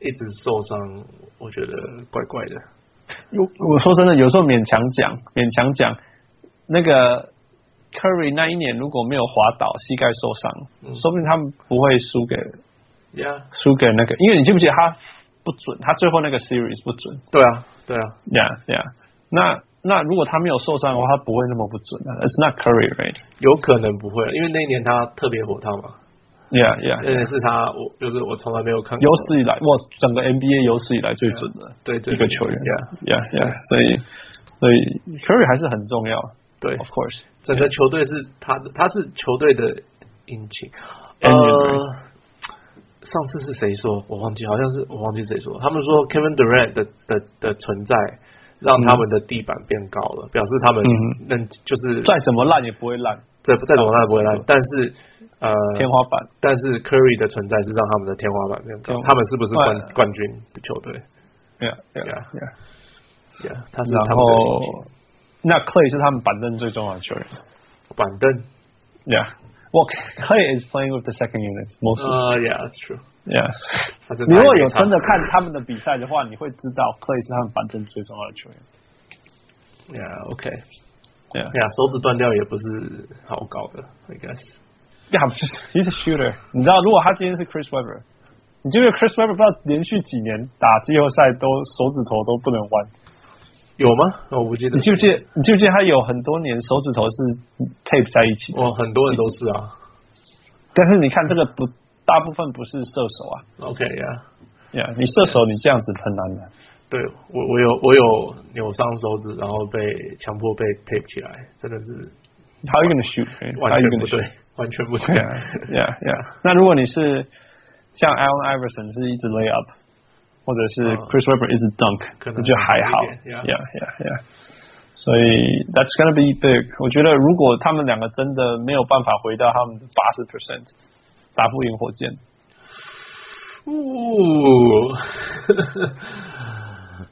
[SPEAKER 2] 一直受伤，我觉得怪怪的。
[SPEAKER 1] 有我说真的，有时候勉强讲，勉强讲，那个 Curry 那一年如果没有滑倒，膝盖受伤，
[SPEAKER 2] 嗯
[SPEAKER 1] 说不定他们不会输给
[SPEAKER 2] 呀，
[SPEAKER 1] 输给那个，因为你记不记得他不准，他最后那个 series 不准，
[SPEAKER 2] 对啊，对啊，
[SPEAKER 1] 对啊对啊，那那如果他没有受伤的话，他不会那么不准啊。It's not Curry, right?
[SPEAKER 2] 有可能不会，因为那一年他特别火烫嘛，
[SPEAKER 1] Yeah, yeah.
[SPEAKER 2] 那一年是他，我就是我从来没有看过
[SPEAKER 1] 有史以来，哇，整个 NBA 有史以来最准的
[SPEAKER 2] 对对
[SPEAKER 1] 一个球员
[SPEAKER 2] 呀，
[SPEAKER 1] ，Yeah, yeah. 所以所以 Curry 还是很重要
[SPEAKER 2] 对
[SPEAKER 1] ，Of，course.
[SPEAKER 2] 整个球队是他的，他是球队的引擎。
[SPEAKER 1] Engine
[SPEAKER 2] 呃，上次是谁说？我忘记，好像是我忘记谁说。他们说 Kevin Durant 的的的存在，让他们的地板变高了，表示他们
[SPEAKER 1] 嗯
[SPEAKER 2] 能就是
[SPEAKER 1] 再怎么烂也不会烂，
[SPEAKER 2] 再再怎么烂不会烂，但是呃，
[SPEAKER 1] 天花板。
[SPEAKER 2] 但是 Curry 的存在是让他们的天花板变
[SPEAKER 1] 天。
[SPEAKER 2] 高
[SPEAKER 1] 花板
[SPEAKER 2] 他们是不是冠
[SPEAKER 1] 哎
[SPEAKER 2] 冠军的球队
[SPEAKER 1] Yeah, yeah,
[SPEAKER 2] Yeah.
[SPEAKER 1] yeah.
[SPEAKER 2] ？Yeah，他是
[SPEAKER 1] 然
[SPEAKER 2] 他们的引
[SPEAKER 1] 后
[SPEAKER 2] 擎
[SPEAKER 1] 那 Clay 是他们板凳最重要的球员。
[SPEAKER 2] 板凳。
[SPEAKER 1] Yeah. Uh, Well, Clay is playing with the second unit mostly.
[SPEAKER 2] 呃，Yeah，that's true。
[SPEAKER 1] Yes.
[SPEAKER 2] 他真的
[SPEAKER 1] 你如果
[SPEAKER 2] 太
[SPEAKER 1] 有
[SPEAKER 2] 没差
[SPEAKER 1] 真的看他们的比赛的话，你会知道 Clay 是他们板凳最重要的球员。
[SPEAKER 2] ，Yeah，OK。
[SPEAKER 1] Yeah.
[SPEAKER 2] 呀，手指断掉也不是好搞的，I guess。
[SPEAKER 1] Yeah, but just- he's a shooter. 你知道，如果他今天是 Chris Webber，你记不记得 Chris Webber 不知道连续几年打季后赛都手指头都不能弯？
[SPEAKER 2] 有吗？哦我不记得
[SPEAKER 1] 你。记不记得？你记不记得他有很多年手指头是 tape 在一起的？
[SPEAKER 2] 我哦很多人都是啊。
[SPEAKER 1] 但是你看这个不，大部分不是射手啊。
[SPEAKER 2] OK 呀、
[SPEAKER 1] Yeah，你射手你这样子很难的。
[SPEAKER 2] 对我我有我有扭伤手指，然后被强迫被 tape 起来，真的是
[SPEAKER 1] How are you gonna shoot? right? How
[SPEAKER 2] 完
[SPEAKER 1] are you
[SPEAKER 2] 全不
[SPEAKER 1] gonna
[SPEAKER 2] 对
[SPEAKER 1] shoot?，
[SPEAKER 2] 完全不对。
[SPEAKER 1] Yeah, yeah, yeah. 那如果你是像 Allen Iverson 是一直 lay up，或者是
[SPEAKER 2] 嗯
[SPEAKER 1] Chris Webber 一直 dunk，
[SPEAKER 2] 可能
[SPEAKER 1] 我觉得还好
[SPEAKER 2] 好一。点
[SPEAKER 1] Yeah,
[SPEAKER 2] ，yeah
[SPEAKER 1] yeah, yeah. 所以 That's gonna be big。我觉得如果他们两个真的没有办法回到他们的八十 percent，打不赢火箭。
[SPEAKER 2] 呜。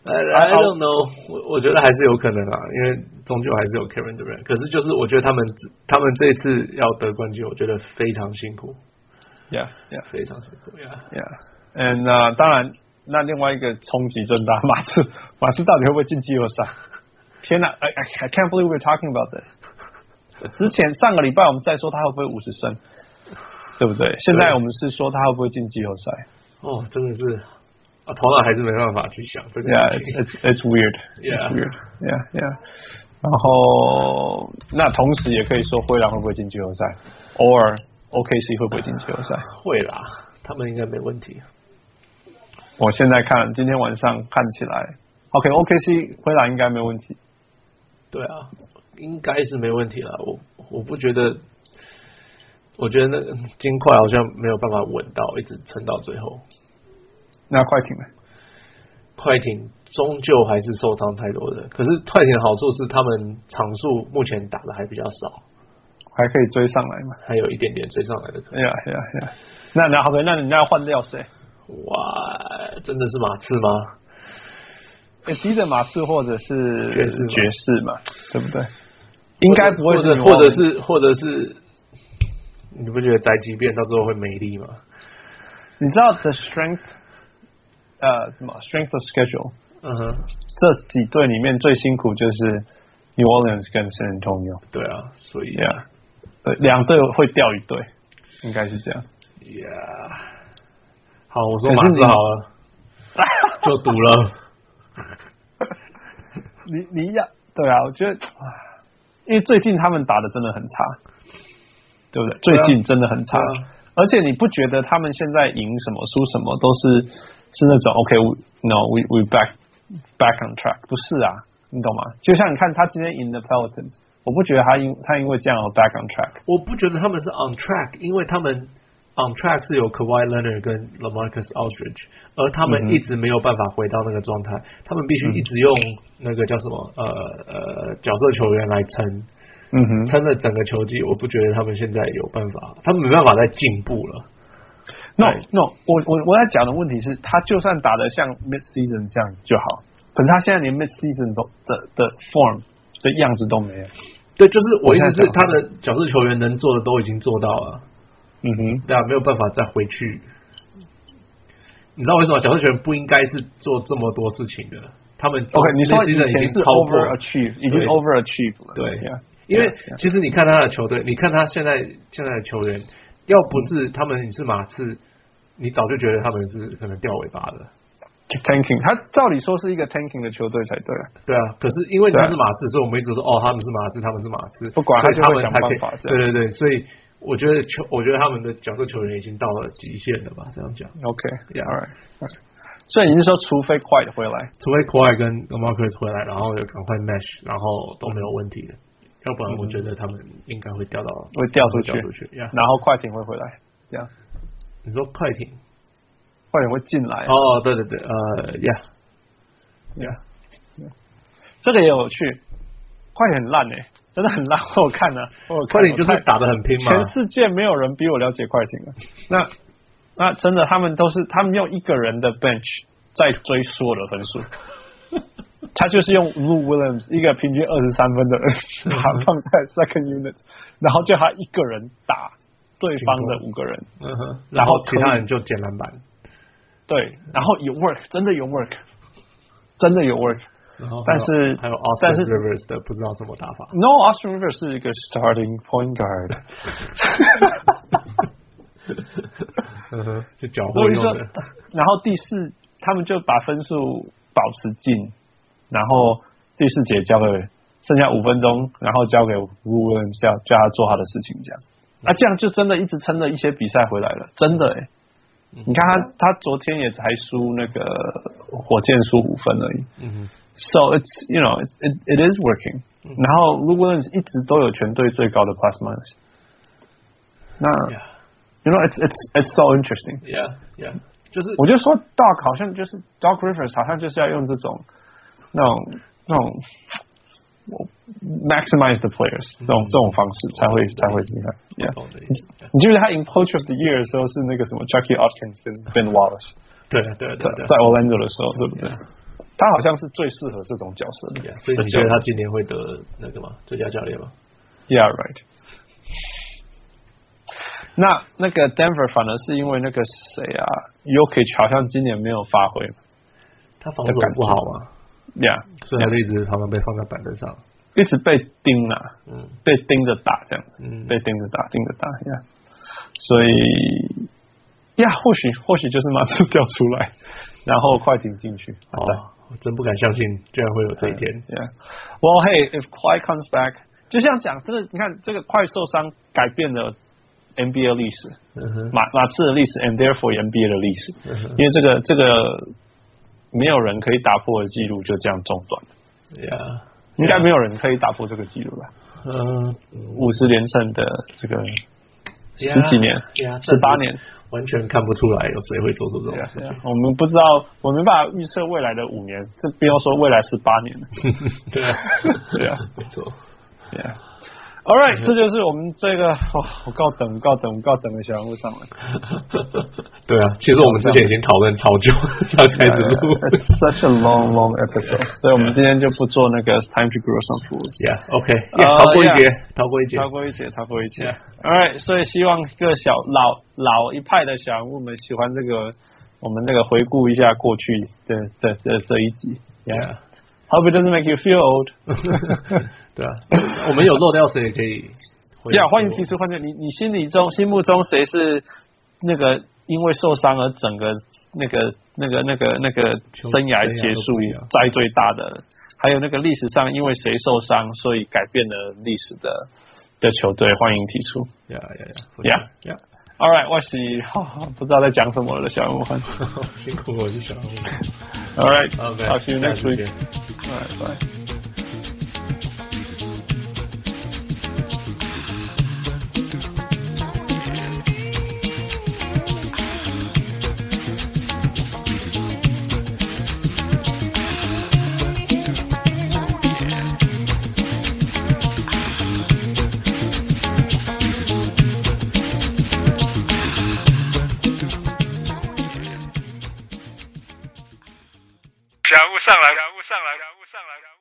[SPEAKER 2] I, I don't know，我我觉得还是有可能啊，因为终究还是有 Kevin Durant。可是就是我觉得他们他们这次要得冠军，我觉得非常辛苦，
[SPEAKER 1] Yeah, yeah,
[SPEAKER 2] 非常辛苦呀。
[SPEAKER 1] yeah. And 呃当然，那另外一个冲击正大，马刺 马刺到底会不会进季后赛？ 天哪，I I I can't believe we're talking about this。之前上个礼拜我们在说他会不会五十胜，对不对？现在我们是说他会不会进季后赛
[SPEAKER 2] 哦，真的是啊，头脑还是没办法去想这个
[SPEAKER 1] ？Yeah,
[SPEAKER 2] 事
[SPEAKER 1] it's it's
[SPEAKER 2] 情。
[SPEAKER 1] it's weird.
[SPEAKER 2] Yeah.
[SPEAKER 1] It's weird. Yeah, yeah. 然后那同时也可以说灰狼会不会进季后赛，or OKC 会不会进季后赛？
[SPEAKER 2] 会啦，他们应该没问题。
[SPEAKER 1] 我现在看今天晚上看起来，OK OKC 灰狼应该没问题。
[SPEAKER 2] 对啊，应该是没问题啦。我我不觉得，我觉得那个金块好像没有办法稳到，一直撑到最后。
[SPEAKER 1] 那快艇呢？
[SPEAKER 2] 快艇终究还是受伤太多的，可是快艇的好处是他们场数目前打的还比较少，
[SPEAKER 1] 还可以追上来吗？
[SPEAKER 2] 还有一点点追上来的可能。
[SPEAKER 1] 哎呀哎呀哎呀！那那好的，那你那要换掉谁？
[SPEAKER 2] 哇，真的是马刺吗？
[SPEAKER 1] 欸急着马刺或者是
[SPEAKER 2] 爵士吗
[SPEAKER 1] 爵士嘛，对不对？应该不会
[SPEAKER 2] 或
[SPEAKER 1] 是
[SPEAKER 2] 者
[SPEAKER 1] 女
[SPEAKER 2] 或
[SPEAKER 1] 王
[SPEAKER 2] 者是或者是，你不觉得宅急便到最后会没力吗？
[SPEAKER 1] 你知道 the strength 呃什么 strength of schedule
[SPEAKER 2] 嗯哼，
[SPEAKER 1] 这几队里面最辛苦就是 New Orleans 跟 San Antonio，
[SPEAKER 2] 对啊，所以
[SPEAKER 1] Yeah 对，两队会掉一队，应该是这样。
[SPEAKER 2] Yeah 好，我说
[SPEAKER 1] 可
[SPEAKER 2] 马
[SPEAKER 1] 是你
[SPEAKER 2] 刺好 了，就赌了。
[SPEAKER 1] 你你要对啊，我觉得，唉因为最近他们打的真的很差，对不对？
[SPEAKER 2] 对啊
[SPEAKER 1] 最近真的很差，
[SPEAKER 2] 对啊
[SPEAKER 1] 而且你不觉得他们现在赢什么输什么都是是那种 OK，no we we back back on track，不是啊，你懂吗？就像你看他今天赢的 Pelicans，我不觉得他因他因为这样而 back on track，
[SPEAKER 2] 我不觉得他们是 on track，因为他们 on track 是有 Kawhi Leonard 跟 LaMarcus Aldridge，而他
[SPEAKER 1] 嗯
[SPEAKER 2] 们
[SPEAKER 1] 哼
[SPEAKER 2] 一直没有办法回到那个状
[SPEAKER 1] 嗯
[SPEAKER 2] 态，他们必须一直用那个叫什么呃呃角色球员来撑，
[SPEAKER 1] 嗯哼。
[SPEAKER 2] 撑了整个球季。我不觉得他们现在有办法，他们没办法再进步了。
[SPEAKER 1] No
[SPEAKER 2] 对
[SPEAKER 1] no，我我我在讲的问题是，他就算打得像 mid season 这样就好，可是他现在连 mid season 都的的 form 的样子都没有。
[SPEAKER 2] 对，就是我意思
[SPEAKER 1] 我现在
[SPEAKER 2] 是，
[SPEAKER 1] 想
[SPEAKER 2] 他的角色球员能做的都已经做到了。
[SPEAKER 1] 嗯哼，
[SPEAKER 2] 对啊，没有办法再回去。你知道为什么角色球员不应该是做这么多事情的？他们
[SPEAKER 1] OK，你说
[SPEAKER 2] mid
[SPEAKER 1] 以
[SPEAKER 2] season 已
[SPEAKER 1] 前
[SPEAKER 2] 经
[SPEAKER 1] 是
[SPEAKER 2] 超过
[SPEAKER 1] overachieve，已经
[SPEAKER 2] 对
[SPEAKER 1] overachieve 了。
[SPEAKER 2] 对
[SPEAKER 1] yeah，
[SPEAKER 2] 因为
[SPEAKER 1] yeah，yeah
[SPEAKER 2] 其实你看他的球队，你看他现在现在的球员，要不是他们是马刺，你早就觉得他们是可能掉尾巴的。
[SPEAKER 1] tanking，他照理说是一个 tanking 的球队才对啊。
[SPEAKER 2] 对啊，可是因为
[SPEAKER 1] 对
[SPEAKER 2] 他
[SPEAKER 1] 啊
[SPEAKER 2] 是马刺，所以我们一直说哦，他们是马刺，他们是马刺，
[SPEAKER 1] 不管
[SPEAKER 2] 所以
[SPEAKER 1] 他就
[SPEAKER 2] 他
[SPEAKER 1] 会
[SPEAKER 2] 们
[SPEAKER 1] 想
[SPEAKER 2] 才可以
[SPEAKER 1] 办法这
[SPEAKER 2] 对对对，所以我觉得球，我觉得他们的角色球员已经到了极限了吧？这样讲，
[SPEAKER 1] OK，yeah，
[SPEAKER 2] Yeah
[SPEAKER 1] right。所以你是说，除非 Quiet 回来，
[SPEAKER 2] 除非 k a w 跟 Marcus 回来，然后就赶快 match，然后都没有问题的，要不然我觉得他们应该会掉到
[SPEAKER 1] 会掉出去
[SPEAKER 2] 掉出去。呀，
[SPEAKER 1] 然后快艇会回来，这样
[SPEAKER 2] 你说快艇？
[SPEAKER 1] 快艇会进来。
[SPEAKER 2] 哦，对对对，呃呀呀，
[SPEAKER 1] 这个也有趣，快艇很烂哎、真的很烂。我有看了、啊我有看
[SPEAKER 2] 快艇就是
[SPEAKER 1] 我看
[SPEAKER 2] 打得很拼嘛。
[SPEAKER 1] 全世界没有人比我了解快艇了。那那真的，他们都是他们用一个人的 bench 在追所有的分数。 他就是用 Lou Williams 一个平均二十三分的人打放 在 second unit，然后就他一个人打对方的五个人，
[SPEAKER 2] 嗯哼，
[SPEAKER 1] 然
[SPEAKER 2] 然
[SPEAKER 1] 后
[SPEAKER 2] 后
[SPEAKER 1] 可以
[SPEAKER 2] 其他人就捡篮板，
[SPEAKER 1] 对，然后有 work，真的有 work，真的有 work。
[SPEAKER 2] 然后还
[SPEAKER 1] 但
[SPEAKER 2] 有
[SPEAKER 1] 是
[SPEAKER 2] 还有 Austin
[SPEAKER 1] 但是
[SPEAKER 2] Rivers 的不知道什么打法。
[SPEAKER 1] No, Austin Rivers 是一个 starting point guard，
[SPEAKER 2] 嗯哼，是缴
[SPEAKER 1] 所
[SPEAKER 2] 获
[SPEAKER 1] 以
[SPEAKER 2] 用
[SPEAKER 1] 说
[SPEAKER 2] 的。，
[SPEAKER 1] 然后第四，他们就把分数保持进，然
[SPEAKER 2] 哦
[SPEAKER 1] 后第四节交给剩下五分钟，然后交给 w i l l i a m 叫叫他做他的事情，这样，
[SPEAKER 2] 嗯
[SPEAKER 1] 那、这样就真的一直撑了一些比赛回来了，真的哎、
[SPEAKER 2] 嗯
[SPEAKER 1] 你看他，他昨天也才输那个火箭输五分而已
[SPEAKER 2] 嗯
[SPEAKER 1] ，so it's you know it it, it is working。然后 l u w i l l i a m 一直都有全队最高的 plus minus，那
[SPEAKER 2] 哼
[SPEAKER 1] you know it's it's it's so interesting。
[SPEAKER 2] ，Yeah Yeah，就是
[SPEAKER 1] 我就说 Doc 好像就是 Doc Rivers 好像就是要用这种那种那种我 maximize the players
[SPEAKER 2] 嗯
[SPEAKER 1] 这种、这种方式才会才会厉害。
[SPEAKER 2] 我
[SPEAKER 1] Yeah，
[SPEAKER 2] 懂的意思。
[SPEAKER 1] 你记不记得他 in Coach of the Year 的时候是那个什么 Jackie Atkins 跟 Ben Wallace
[SPEAKER 2] 对啊对啊
[SPEAKER 1] 在
[SPEAKER 2] 对啊
[SPEAKER 1] 在 Orlando 的时候，对不对
[SPEAKER 2] Yeah
[SPEAKER 1] 他好像是最适合这种角色的。
[SPEAKER 2] 对啊，所以你觉得他今年会得那个吗？最佳教练吗？
[SPEAKER 1] Yeah, right. 那那个 Denver 反而是因为那个谁啊 y o k i c 好像今年没有发挥
[SPEAKER 2] 他防守不好啊嘛，
[SPEAKER 1] ，Yeah，
[SPEAKER 2] 所以他就一直常常被放在板凳上。
[SPEAKER 1] 一直被盯啊，
[SPEAKER 2] 嗯
[SPEAKER 1] 被盯着打这样子，
[SPEAKER 2] 嗯
[SPEAKER 1] 被盯着打，盯着打呀。所以呀，或许或许就是马刺掉出 来，然后快艇进去。
[SPEAKER 2] 哦，我真不敢相信，居然会有这一天。
[SPEAKER 1] Yeah. Well, hey, if Kawhi comes back，就像讲这个，你看这个快受伤改变了 NBA 历史，
[SPEAKER 2] 嗯哼，
[SPEAKER 1] 马马刺的历史，and therefore NBA 的历史，
[SPEAKER 2] 嗯哼
[SPEAKER 1] 因为这个这个没有人可以打破的记录就这样中断，
[SPEAKER 2] ，Yeah，
[SPEAKER 1] 应该没有人可以打破这个记录吧？
[SPEAKER 2] 嗯，
[SPEAKER 1] 五十连胜的这个十
[SPEAKER 2] Yeah，
[SPEAKER 1] 几年
[SPEAKER 2] yeah，、
[SPEAKER 1] 十八年，
[SPEAKER 2] 完全看不出来有谁会做出这种
[SPEAKER 1] Yeah,
[SPEAKER 2] 事情。
[SPEAKER 1] yeah. 啊我们不知道，我没办法预测未来的五年，这不用说未来十八年了。
[SPEAKER 2] 对啊，
[SPEAKER 1] 对啊，
[SPEAKER 2] 没错。
[SPEAKER 1] Yeah. All right，这啊就是我们这个哇，我告等告等告等的小人物上了，
[SPEAKER 2] 对啊，哎其实我们之前已经讨论超 久，要开始录。
[SPEAKER 1] It's such a long long episode，所以我们今天就不做那个 time to grow 上服务了。
[SPEAKER 2] Yeah，OK，、
[SPEAKER 1] 呃
[SPEAKER 2] 啊 yeah，逃过一
[SPEAKER 1] yeah
[SPEAKER 2] 劫逃过一劫。
[SPEAKER 1] 超过一节，超过一节。
[SPEAKER 2] Yeah.
[SPEAKER 1] All right，所以希望各小老老一派的小人物们喜欢这个，我们这个回顾一下过去的的的这一集。Yeah.
[SPEAKER 2] Yeah
[SPEAKER 1] Hope it doesn't make you feel old.
[SPEAKER 2] 对啊，我们有漏掉谁可以回复？
[SPEAKER 1] 呀，欢迎提出观点。你你心里中心目中谁是那个因为受伤而整个那个那个那个那个
[SPEAKER 2] 球
[SPEAKER 1] 生涯
[SPEAKER 2] 生涯
[SPEAKER 1] 结
[SPEAKER 2] 都
[SPEAKER 1] 束
[SPEAKER 2] 不一样
[SPEAKER 1] 在最大的？还有那个历史上因为谁受伤，所以改变了历史的的球队，欢迎提出。
[SPEAKER 2] Yeah, yeah,
[SPEAKER 1] Yeah.
[SPEAKER 2] yeah. Yeah.
[SPEAKER 1] All right，我是不知道在讲什么了，小人物。All
[SPEAKER 2] 辛苦我是小红。OK，
[SPEAKER 1] right，talk to you
[SPEAKER 2] 下
[SPEAKER 1] next
[SPEAKER 2] 次
[SPEAKER 1] week
[SPEAKER 2] 见。。
[SPEAKER 1] All right, bye.
[SPEAKER 3] Chào buổi sáng lành. Chào buổi sáng lành. Chào buổi sáng lành.